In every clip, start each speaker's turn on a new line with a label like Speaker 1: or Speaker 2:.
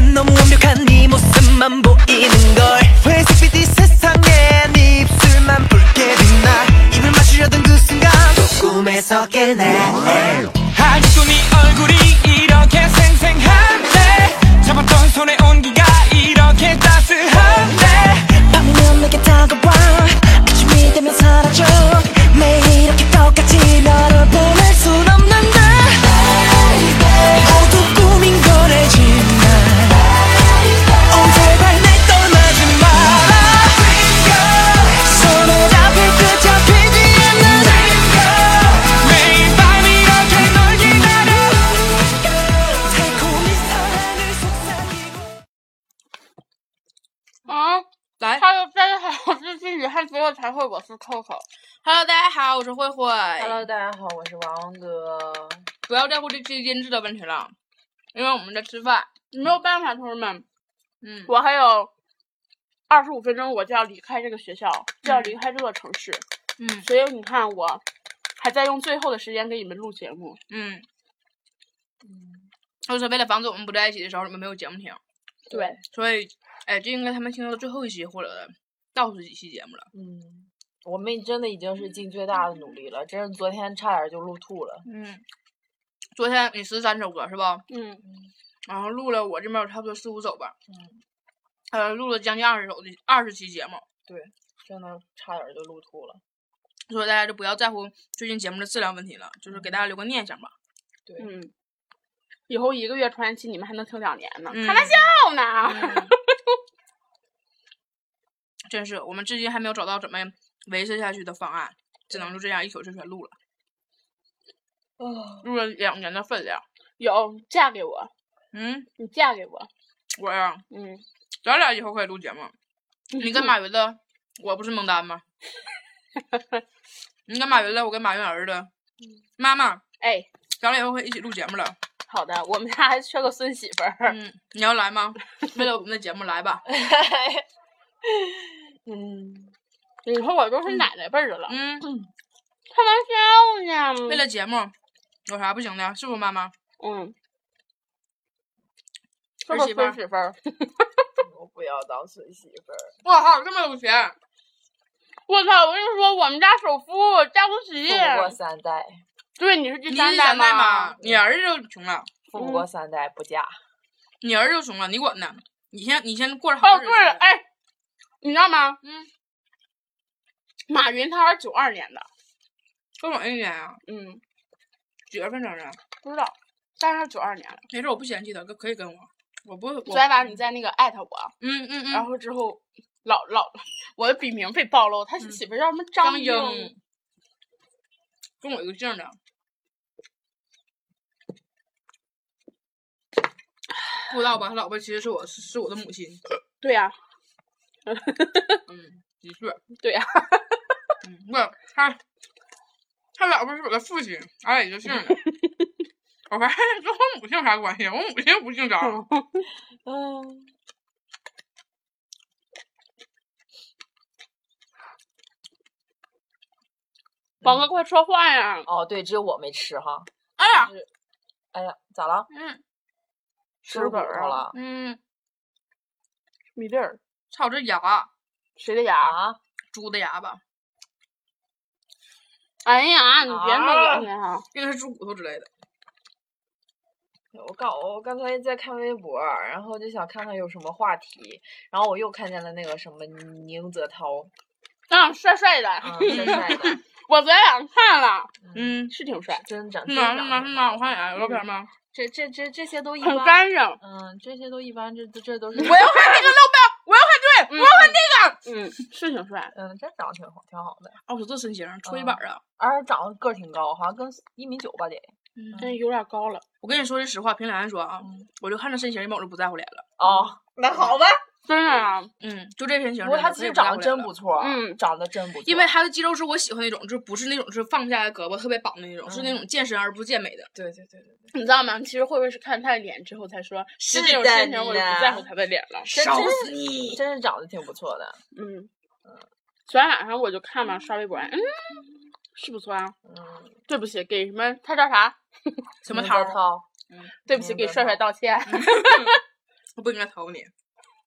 Speaker 1: 네그
Speaker 2: 기억해내
Speaker 3: 한숨이 얼굴이 이렇게 생생한데 잡았던 손의 온기가 이렇게 따스한데
Speaker 1: 밤이면 내게 다가와 아침이 되면 사라져 매일 이렇게 똑같이 너를 보낼 순 없는데 모두 꿈인 거래지만 오 제발 날 떠나지 마라 손에 잡힐 듯그 잡히지 않는
Speaker 3: 매일 밤 이렇게 널 기다려
Speaker 1: 달콤히 사랑을 속삭이고
Speaker 4: 啊，
Speaker 5: 来
Speaker 4: 还有大家好，我是女汉子，我才会，我是 Coco。
Speaker 5: ，Hello，大家好，我是慧慧。
Speaker 6: Hello，大家好，我是王哥。
Speaker 5: 不要在乎这期音质的问题了，因为我们在吃饭。
Speaker 4: 没有办法，同志们，
Speaker 5: 嗯，
Speaker 4: 我还有二十五分钟我就要离开这个学校，就要离开这座城市，
Speaker 5: 嗯
Speaker 4: 所以你看我还在用最后的时间给你们录节目。
Speaker 5: 嗯，就是为了防止我们不在一起的时候你们没有节目听，
Speaker 4: 对，
Speaker 5: 所以，哎，这应该他们听到的最后一期或者倒数几期节目了。
Speaker 6: 嗯，我们真的已经是尽最大的努力了，真是昨天差点就录吐了。
Speaker 5: 嗯，昨天你十三首歌是吧？
Speaker 4: 嗯，
Speaker 5: 然后录了我这边有差不多四五首吧。嗯，呃，录了将近二十首的二十期节目，
Speaker 6: 真的差点就录吐了。
Speaker 5: 所以大家就不要在乎最近节目的质量问题了，就是给大家留个念想吧。
Speaker 4: 嗯，以后一个月传一期，你们还能听两年呢，
Speaker 5: 嗯
Speaker 4: 开玩笑呢。
Speaker 5: 嗯真是，我们至今还没有找到怎么维持下去的方案，只能就这样一口气全录了，
Speaker 6: 啊，
Speaker 5: 录了两年的分量。
Speaker 4: 有嫁给我，
Speaker 5: 嗯，
Speaker 4: 你嫁给我。
Speaker 5: 我呀，
Speaker 4: 嗯，
Speaker 5: 咱俩以后可以录节目。你跟马云的，我不是蒙丹吗？你跟马云的，我跟马云儿子。妈妈，
Speaker 4: 哎，
Speaker 5: 咱俩以后可以一起录节目了。
Speaker 4: 好的，我们家还缺个孙媳妇儿。
Speaker 5: 嗯，你要来吗？为了我们的节目来吧。
Speaker 6: 嗯，
Speaker 4: 你说我都是奶奶辈儿的了，
Speaker 5: 嗯，
Speaker 4: 开玩笑呢。
Speaker 5: 为了节目，有啥不行的？是不是妈妈？
Speaker 4: 嗯，
Speaker 5: 儿
Speaker 4: 是
Speaker 5: 媳妇
Speaker 4: 不是
Speaker 5: 儿
Speaker 4: 媳妇儿？
Speaker 6: 我不要当孙媳妇儿。
Speaker 5: 我靠，这么有钱！
Speaker 4: 我操！我跟你说，我们家首富张不起
Speaker 6: 富，不过三代，
Speaker 4: 对，你是
Speaker 5: 你
Speaker 4: 第
Speaker 5: 是
Speaker 4: 三
Speaker 5: 三代
Speaker 4: 吗
Speaker 5: 嘛？？你儿子就穷了，
Speaker 6: 富不过三代不嫁。
Speaker 5: 你儿子就穷了，你管呢？你先你先过着好
Speaker 4: 哦，
Speaker 5: 日
Speaker 4: 对
Speaker 5: 子。
Speaker 4: 了，哎，你知道吗？
Speaker 5: 嗯，
Speaker 4: 马云他是九二年的，
Speaker 5: 跟我一年啊，
Speaker 4: 嗯，
Speaker 5: 几月份生日？
Speaker 4: 不知道，但是他九二年的。
Speaker 5: 没事，我不嫌弃他，可可以跟我，我不我
Speaker 4: 昨天晚上你在那个艾特我，
Speaker 5: 嗯嗯
Speaker 4: 然
Speaker 5: 嗯，
Speaker 4: 后之后老老我的笔名被暴露，他媳妇儿叫什么
Speaker 5: 张
Speaker 4: 嗯英？
Speaker 5: 英，跟我一个姓儿 的，不知道吧？他老婆其实是我是是我的母亲，
Speaker 4: 对呀、
Speaker 5: 嗯，的确，
Speaker 4: 对呀、
Speaker 5: 嗯，不是他，他老婆是我的父亲，俺俩一个姓儿的。我发现跟我母亲有啥关系？我母亲不姓张，
Speaker 6: 嗯，
Speaker 4: 王哥快说话呀！
Speaker 6: 哦，对，只有我没吃哈。
Speaker 5: 哎呀，
Speaker 6: 哎呀，咋了？
Speaker 5: 嗯
Speaker 6: 吃骨头了
Speaker 5: 嗯，
Speaker 4: 米粒儿，
Speaker 5: 操这牙，
Speaker 4: 谁的牙？
Speaker 6: 啊？
Speaker 5: 猪的牙吧？
Speaker 4: 哎呀，你别那么恶心啊！
Speaker 5: 应该是猪骨头之类的。
Speaker 6: 我刚我刚才在看微博儿，然后就想看看有什么话题，然后我又看见了那个什么宁泽涛，
Speaker 4: 啊，帅帅的，
Speaker 6: 啊，帅帅的，
Speaker 4: 我昨天晚上看了，
Speaker 5: 嗯，
Speaker 4: 是挺帅，
Speaker 6: 真长
Speaker 5: 是吗？
Speaker 6: 真长
Speaker 5: 是
Speaker 6: 得
Speaker 5: 吗？是吗？我看一眼，有照片吗？
Speaker 6: 这这这这些都一
Speaker 4: 很
Speaker 6: 般，
Speaker 4: 干净。
Speaker 6: 嗯，这些都一般，这这这都是
Speaker 5: 我要看那个路标，我要看对，我要看
Speaker 4: 嗯，是挺帅。
Speaker 6: 嗯，真长得挺好，挺好的，
Speaker 5: 那。哦，我这身形，搓衣板啊！
Speaker 6: 而且长得个儿挺高，好像跟一米九吧得，
Speaker 4: 但有点高了，
Speaker 5: 我跟你说句实话，凭良心说啊，我就看这身形，我就不在乎脸了。
Speaker 6: 哦，那好吧，
Speaker 4: 真的啊，
Speaker 5: 嗯，就这身形，
Speaker 6: 不过他
Speaker 5: 我
Speaker 6: 其
Speaker 5: 也
Speaker 6: 实
Speaker 5: 不在
Speaker 6: 长
Speaker 5: 乎
Speaker 6: 得
Speaker 5: 脸
Speaker 6: 真
Speaker 5: 了
Speaker 6: 不错，
Speaker 4: 嗯
Speaker 6: 长得真不错，
Speaker 5: 因为他的肌肉是我喜欢那种，就不是那种是放不下来胳膊特别绑的那种，是那种健身而不健美的。
Speaker 6: 嗯对对对对对，
Speaker 4: 你知道吗？其实慧慧是看他的脸之后才说，就是这种
Speaker 6: 的
Speaker 4: 身形我就不在乎他的脸了。
Speaker 6: 真
Speaker 5: 烧
Speaker 6: 真
Speaker 5: 死你！
Speaker 6: 真是长得挺不错的，
Speaker 4: 嗯，昨天晚上我就看嘛，刷微博，嗯，是不错啊。
Speaker 6: 嗯，
Speaker 4: 对不起，给什么他叫啥？
Speaker 5: 什么
Speaker 6: 宁
Speaker 5: 桃
Speaker 6: 泽
Speaker 5: 儿？啊嗯
Speaker 6: 涛，
Speaker 4: 对不起，
Speaker 6: 宁
Speaker 4: 给
Speaker 6: 泽
Speaker 4: 帅帅
Speaker 6: 涛
Speaker 4: 道歉。
Speaker 5: 我不应该投
Speaker 6: 啊
Speaker 5: 你。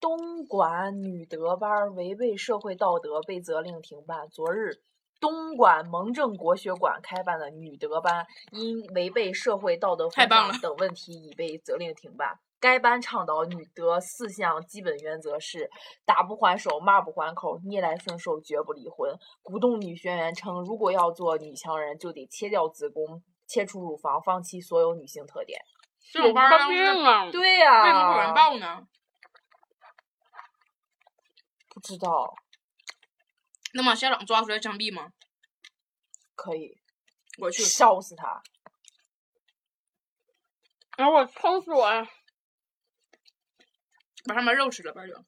Speaker 6: 东莞女德班违背社会道德被责令停办。昨日，东莞蒙正国学馆开办的女德班，因违背社会道德
Speaker 5: 太
Speaker 6: 风
Speaker 5: 棒
Speaker 6: 尚
Speaker 5: 了
Speaker 6: 等问题已被责令停办。该班倡导女德四项基本原则是：打不还手，骂不还口，逆来顺受，绝不离婚。鼓动女学员称，如果要做女强人，就得切掉子宫，切除乳房，放弃所有女性特点。
Speaker 5: 这种班儿
Speaker 4: 毛
Speaker 5: 当时
Speaker 4: 病
Speaker 5: 为什么
Speaker 4: 啊！
Speaker 6: 对呀、
Speaker 5: 会有人报呢？
Speaker 6: 不知道，
Speaker 5: 能把校长抓出来枪毙吗？
Speaker 6: 可以
Speaker 5: 我去，
Speaker 6: 烧死他。
Speaker 4: 然后我撑死我啊呀！
Speaker 5: 把上面肉吃了吧就。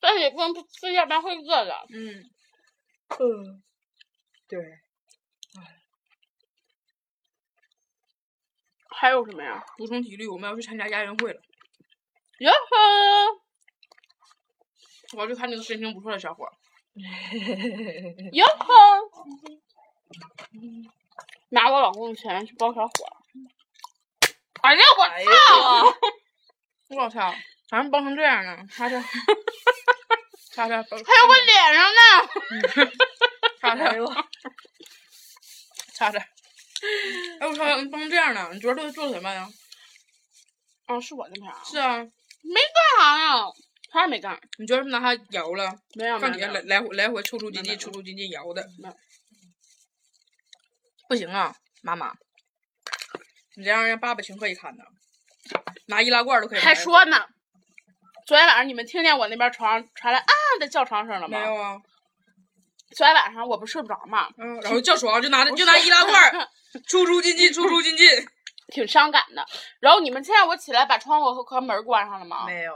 Speaker 4: 但是也不能不吃下班会饿的。
Speaker 5: 嗯，
Speaker 6: 嗯，对。
Speaker 4: 还有什么呀？
Speaker 5: 补充体力，我们要去参加亚运会了。
Speaker 4: 哟呵，
Speaker 5: 我要去看那个身形不错的小伙儿。
Speaker 4: 哟呵，拿我老公的钱去包小伙儿。哎呀，我
Speaker 6: 哎呀，
Speaker 5: 我操，咋能帮成这 样呢？擦擦，擦擦，帮
Speaker 4: 还有我脸上呢！
Speaker 5: 擦擦
Speaker 6: 哎，呦，
Speaker 5: 擦擦。哎，我操，咋能帮成这样呢？你昨儿都做的什么呀？
Speaker 4: 啊，是我那啥，
Speaker 5: 是啊，
Speaker 4: 干啥呀？啥也啊没干，
Speaker 5: 你昨儿拿它摇了，
Speaker 4: 没有没
Speaker 5: 上
Speaker 4: 有
Speaker 5: 底
Speaker 4: 没
Speaker 5: 下
Speaker 4: 有
Speaker 5: 来。来回来回抽出筋
Speaker 4: 没有
Speaker 5: 筋，抽出筋筋摇嗯的
Speaker 4: 没有。
Speaker 5: 不行啊，妈妈，你这样让爸爸情何以堪呢？拿易拉罐儿都可以拿呀。
Speaker 4: 还说呢，昨天晚上你们听见我那边床上传来啊的叫床声了吗
Speaker 5: 没？有啊？
Speaker 4: 昨天晚上我不睡不着嘛，
Speaker 5: 嗯， 然后叫床就拿就拿易拉罐 儿出出进进出出进进，
Speaker 4: 挺伤感的。然后你们现在我起来把窗户和和门关上了吗？
Speaker 6: 没有，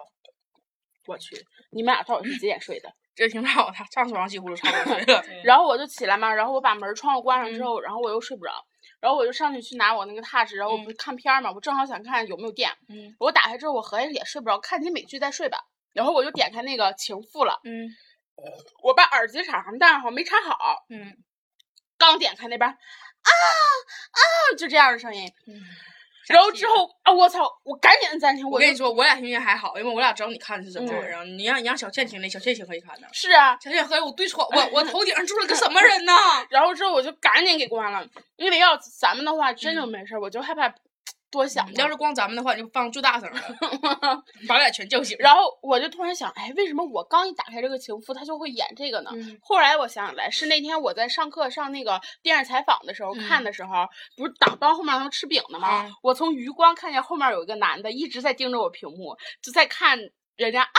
Speaker 4: 我去，你们俩到底是几点睡的？
Speaker 5: 这挺好的，上床几乎都差不多睡了。
Speaker 4: 然后我就起来嘛，然后我把门儿窗户关上
Speaker 5: 嗯
Speaker 4: 之后，然后我又睡不着，然后我就上去去拿我那个踏纸，然后我不是看片儿嘛，我正好想看有没有电，
Speaker 5: 嗯
Speaker 4: 我打开之后我合计也睡不着，看集美剧再睡吧，然后我就点开那个情妇了，
Speaker 5: 嗯
Speaker 4: 我把耳机插上，但是好像没插好，
Speaker 5: 嗯，
Speaker 4: 刚点开那边儿啊啊就这样的声音，
Speaker 5: 吓
Speaker 4: 然后
Speaker 5: 死
Speaker 4: 之
Speaker 5: 人
Speaker 4: 后啊我操，我赶紧暂停，
Speaker 5: 我
Speaker 4: 我
Speaker 5: 跟
Speaker 4: 就
Speaker 5: 你说，我俩听见还好，因为我俩知道你看的是什么
Speaker 4: 嗯
Speaker 5: 玩意儿。你让你让小倩听的，小倩情何以堪呢？
Speaker 4: 是啊，
Speaker 5: 小倩和我对床，我我头顶上住了个什么人呢？
Speaker 4: 然后之后我就赶紧给关了，因为要咱们的话真就没事儿，我就害怕多想嘛。
Speaker 5: 嗯你要是光咱们的话，你就放最大声了，把我俩全叫醒。
Speaker 4: 然后我就突然想，哎，为什么我刚一打开这个情妇，他就会演这个呢？
Speaker 5: 嗯
Speaker 4: 后来我想起来，是那天我在上课上那个电视采访的时候、
Speaker 5: 嗯
Speaker 4: 看的时候，不是挡到后面他们吃饼的吗？
Speaker 5: 嗯
Speaker 4: 我从余光看见后面有一个男的一直在盯着我屏幕，就在看人家啊，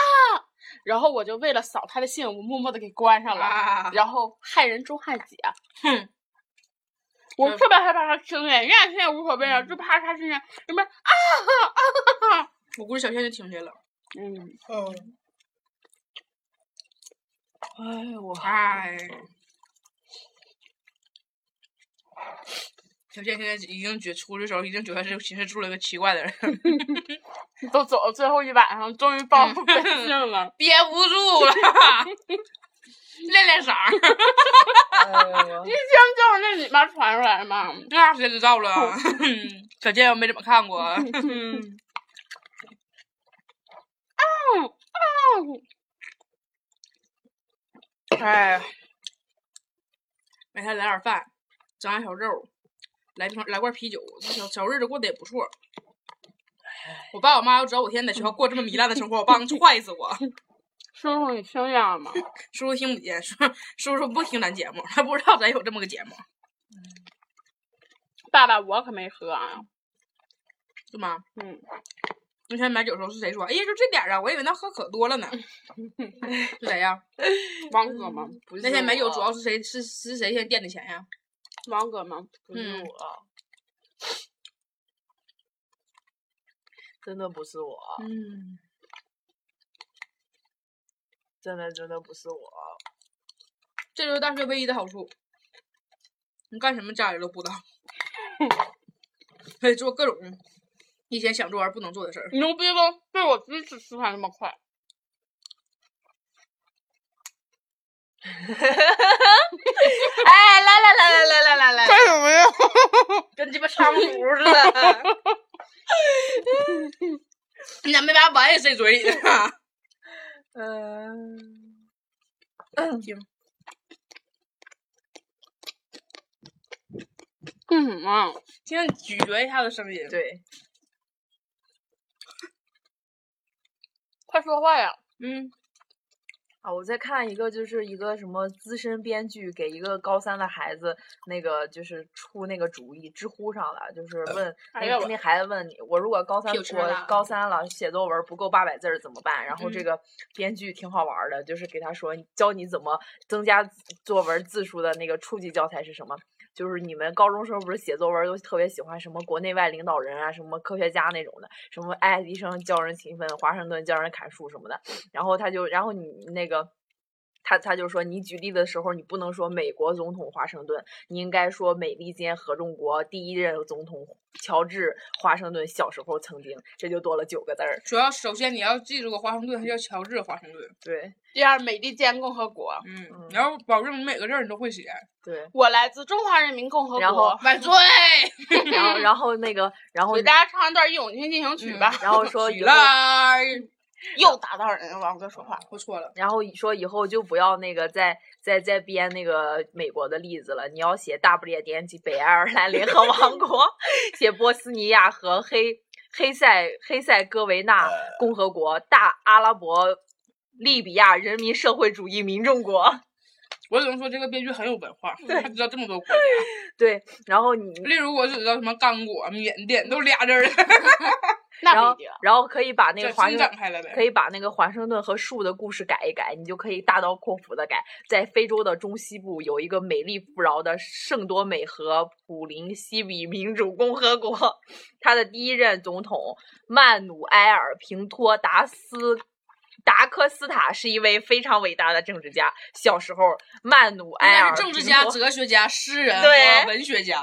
Speaker 4: 然后我就为了扫他的兴，我默默的给关上了，
Speaker 5: 啊
Speaker 4: 然后害人终害己啊！
Speaker 5: 哼，
Speaker 4: 我
Speaker 5: 嗯
Speaker 4: 特别害怕他听见，人家听见无所谓
Speaker 6: 嗯
Speaker 4: 了，就怕他听见什么啊啊啊！
Speaker 5: 我估计小倩就听见了。
Speaker 4: 嗯，
Speaker 5: 嗯，
Speaker 6: 哎我
Speaker 5: 哎，
Speaker 4: 嗯
Speaker 5: 小倩现在已经觉出的时候，已经觉得这其实住了个奇怪的人，
Speaker 4: 都走到最后一晚上，终于报
Speaker 6: 嗯
Speaker 4: 复本性了。
Speaker 5: 憋不 住了，练练嗓儿，
Speaker 6: 哎呦我
Speaker 4: 一听就是那里面传出来的嘛。
Speaker 6: 嗯
Speaker 5: 那谁知道了？ 小健又没怎么看过。嗯哎呀，每天来点饭，整点小肉，来瓶来罐啤酒，这小小日子过得也不错。我爸我妈要知道我现在在学校过这么糜烂的生活，我爸能踹死我。
Speaker 4: 叔叔，你听见了吗？
Speaker 5: 叔叔听不见，叔叔叔不听咱节目，他不知道咱有这么个节目，
Speaker 4: 爸爸，我可没喝啊。
Speaker 5: 对吗？
Speaker 4: 嗯，
Speaker 5: 那天买酒的时候是谁说？哎呀，就这点儿啊，我以为那喝可多了 呢。是谁呀？
Speaker 4: 王哥吗？
Speaker 6: 不
Speaker 5: 那
Speaker 6: 是
Speaker 5: 天买酒
Speaker 6: 我啊
Speaker 5: 主要是谁？是是谁先垫的钱呀？
Speaker 4: 王哥吗？
Speaker 6: 不是
Speaker 5: 嗯
Speaker 6: 我，啊真的不是我，啊
Speaker 5: 嗯，
Speaker 6: 真的真的不是我。啊
Speaker 5: 这就是大学唯一的好处。你干什么家人都不知道，可以 做各种以前想做而不能做的事儿。
Speaker 4: 牛逼喽！被我第一次吃饭那么快。
Speaker 6: 哎，来来来来来来来来，
Speaker 4: 什么呀？
Speaker 6: 跟鸡巴仓鼠似的。
Speaker 5: 你咋没把碗也塞嘴里呢？
Speaker 6: 嗯，
Speaker 5: 行，
Speaker 4: 嗯什么？
Speaker 5: 现在咀嚼一下的声音。
Speaker 6: 对，
Speaker 4: 快说话呀！
Speaker 5: 嗯，
Speaker 6: 啊，我在看一个，就是一个什么资深编剧给一个高三的孩子，那个就是出那个主意，知乎上了，就是问那、
Speaker 5: 哎呀我
Speaker 6: 那孩子问你，我如果高三
Speaker 5: 屁股吃
Speaker 6: 我
Speaker 5: 了嗯
Speaker 6: 高三了写作文不够八百字儿怎么办？然后这个编剧挺好玩儿的，就是给他说教你怎么增加作文字数的那个初级教材是什么。就是你们高中时候不是写作文都特别喜欢什么国内外领导人啊，什么科学家那种的，什么爱迪生教人勤奋，华盛顿教人砍树什么的。然后他就，然后你那个。他他就说，你举例的时候，你不能说美国总统华盛顿，你应该说美利坚合众国第一任总统乔治华盛顿小时候曾经，这就多了九个字儿。
Speaker 5: 主要首先你要记住个华盛顿，他叫乔治华盛顿。
Speaker 6: 对
Speaker 4: 第二，美利坚共和国，
Speaker 5: 嗯，
Speaker 6: 嗯
Speaker 5: 你要保证你每个字儿你都会写。
Speaker 6: 对，
Speaker 4: 我来自中华人民共和
Speaker 6: 然后
Speaker 4: 国。
Speaker 5: 万岁！
Speaker 6: 然后然后那个，然后
Speaker 4: 给大家唱一段《义勇军进行曲》
Speaker 5: 嗯
Speaker 4: 吧。
Speaker 6: 然后说以
Speaker 5: 起
Speaker 6: 后
Speaker 5: 来！
Speaker 4: 又打到人了，王哥说话。
Speaker 5: 我错了，
Speaker 6: 然后以说以后就不要那个再再再编那个美国的例子了，你要写大不列颠及北爱尔兰联合王国， 写波斯尼亚和黑黑塞黑塞哥维那共和国、大阿拉伯利比亚人民社会主义民众国。
Speaker 5: 我只能说这个编剧很有文化，他知道这么多国家。
Speaker 6: 对，然后你
Speaker 5: 例如我只知道什么刚果、缅甸，都俩字儿的，
Speaker 4: 那
Speaker 6: 然
Speaker 4: 不
Speaker 6: 后
Speaker 4: 一定。
Speaker 6: 然后可以把那
Speaker 4: 哎
Speaker 5: 这
Speaker 6: 个华
Speaker 5: 新
Speaker 6: 盛
Speaker 5: 展开了呗。
Speaker 6: 可以把那个华盛顿和树的故事改一改，你就可以大刀阔斧的改。在非洲的中西部有一个美丽富饶的圣多美和普林西比民主共和国，它的第一任总统曼努埃尔·平托达斯。达科斯塔是一位非常伟大的政治家。小时候，曼努
Speaker 4: 哎
Speaker 6: 埃
Speaker 5: 他
Speaker 6: 尔
Speaker 5: 是政治
Speaker 6: 平
Speaker 5: 家、
Speaker 6: 托
Speaker 5: 哲学家、诗人啊
Speaker 6: 对
Speaker 5: 和文学家。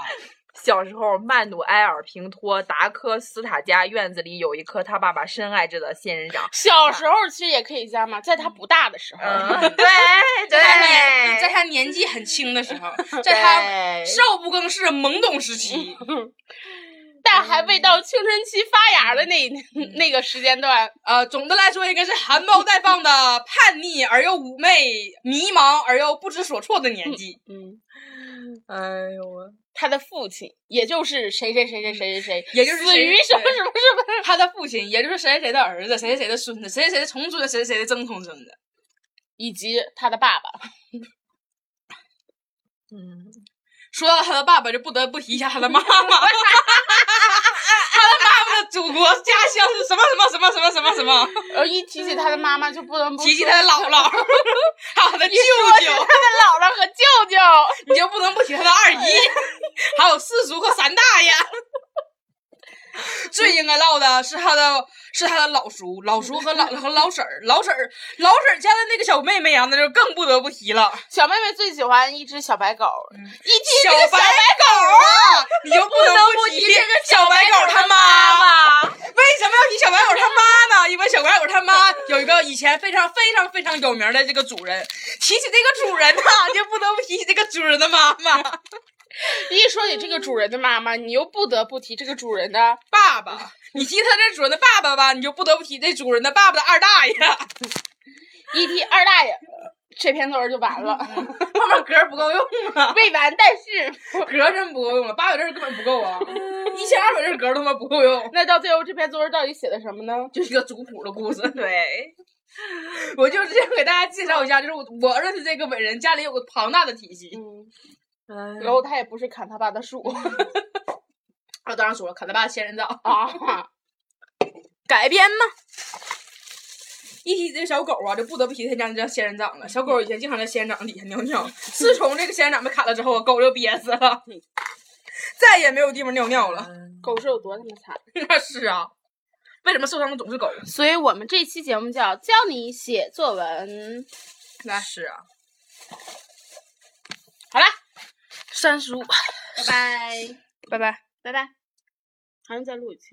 Speaker 6: 小时候，曼努埃尔·平托达科斯塔家院子里有一棵他爸爸深爱着的仙人掌。
Speaker 4: 小时候其实也可以加嘛，在他不大的时候，
Speaker 6: 嗯，对对，
Speaker 5: 在他年在他年纪很轻的时 候，在他
Speaker 6: 对
Speaker 5: 少不更事、懵懂时期，
Speaker 4: 但还
Speaker 5: 嗯
Speaker 4: 未到青春期发芽的那一那个时间段，
Speaker 5: 呃，总的来说应该是含苞待放的叛逆而又妩媚、迷茫而又不知所措的年纪。
Speaker 4: 嗯，
Speaker 6: 哎呦我，
Speaker 4: 他的父亲，也就是谁谁谁谁谁谁谁，
Speaker 5: 也就是
Speaker 4: 死
Speaker 5: 谁
Speaker 4: 于什么
Speaker 5: 对
Speaker 4: 什么什么，
Speaker 5: 他的父亲，也就是谁谁谁的儿子、谁谁谁的孙子、谁谁谁的重孙、谁谁谁的曾重孙子，
Speaker 4: 以及他的爸爸。
Speaker 6: 嗯，
Speaker 5: 说到他的爸爸，就不得不提一下他的妈妈。 他的妈妈的祖国家乡是什么什么什么什么什么什么？
Speaker 4: 然后一提起他的妈妈，就不能不
Speaker 5: 提起他的姥 姥，还有他的舅
Speaker 4: 说起他
Speaker 5: 舅，
Speaker 4: 的姥姥和舅舅。
Speaker 5: 你就不能不提他的二姨， 还有四叔和三大爷。最应该唠的是他的，是他的老叔、老叔和老和老婶儿、老婶儿、老婶儿家的那个小妹妹啊呀、那就更不得不提了。
Speaker 4: 小妹妹最喜欢一只小白狗，
Speaker 5: 嗯
Speaker 4: 一提这
Speaker 5: 小
Speaker 4: 个小
Speaker 5: 白狗啊，你就不能不提这个小白狗他妈。
Speaker 6: 爸，
Speaker 5: 为什么要提小白狗他妈呢？因为小白狗他妈有一个以前非常非常非常有名的这个主人。提起这个主人呢、 你就不得不提起这个主人的妈妈、
Speaker 4: 一说起这个主人的妈妈，你又不得不提这个主人的
Speaker 5: 爸爸。你提他这主人的爸爸吧，你就不得不提这主人的爸爸的二大爷。
Speaker 4: 一提二大爷。这篇作文就完了，
Speaker 5: 嗯后面格儿不够用啊，
Speaker 4: 未完待续。
Speaker 5: 格儿真不够用啊，八百字儿根本不够啊，一千二百字儿格儿他妈不够用，
Speaker 4: 那到最后这篇作文到底写的什么呢？
Speaker 5: 就是一个族谱的故 事。
Speaker 6: 对，
Speaker 5: 我就是这样给大家介绍一下，就是我我认识这个伟人，家里有个庞大的体系。呃
Speaker 4: 嗯，
Speaker 6: 然
Speaker 4: 然后他也不是砍他爸的树
Speaker 5: 啊，当然说了，砍他爸仙人掌。
Speaker 4: 啊，
Speaker 5: 改编嘛。一提这个小狗啊，就不得不提他家那叫仙人掌了。小狗以前经常在仙人掌底下尿尿，
Speaker 4: 嗯
Speaker 5: 自从这个仙人掌被砍了之后，狗就憋死了，再也没有地方尿尿
Speaker 4: 嗯
Speaker 5: 了。
Speaker 4: 狗是有多他妈惨？
Speaker 5: 那 是啊，为什么受伤的总是狗？
Speaker 4: 所以我们这期节目叫教你写作文。
Speaker 5: 那是啊。
Speaker 4: 好啦，
Speaker 5: 三叔，
Speaker 4: 拜拜，
Speaker 5: 拜拜。
Speaker 4: 拜拜，还能再录一期。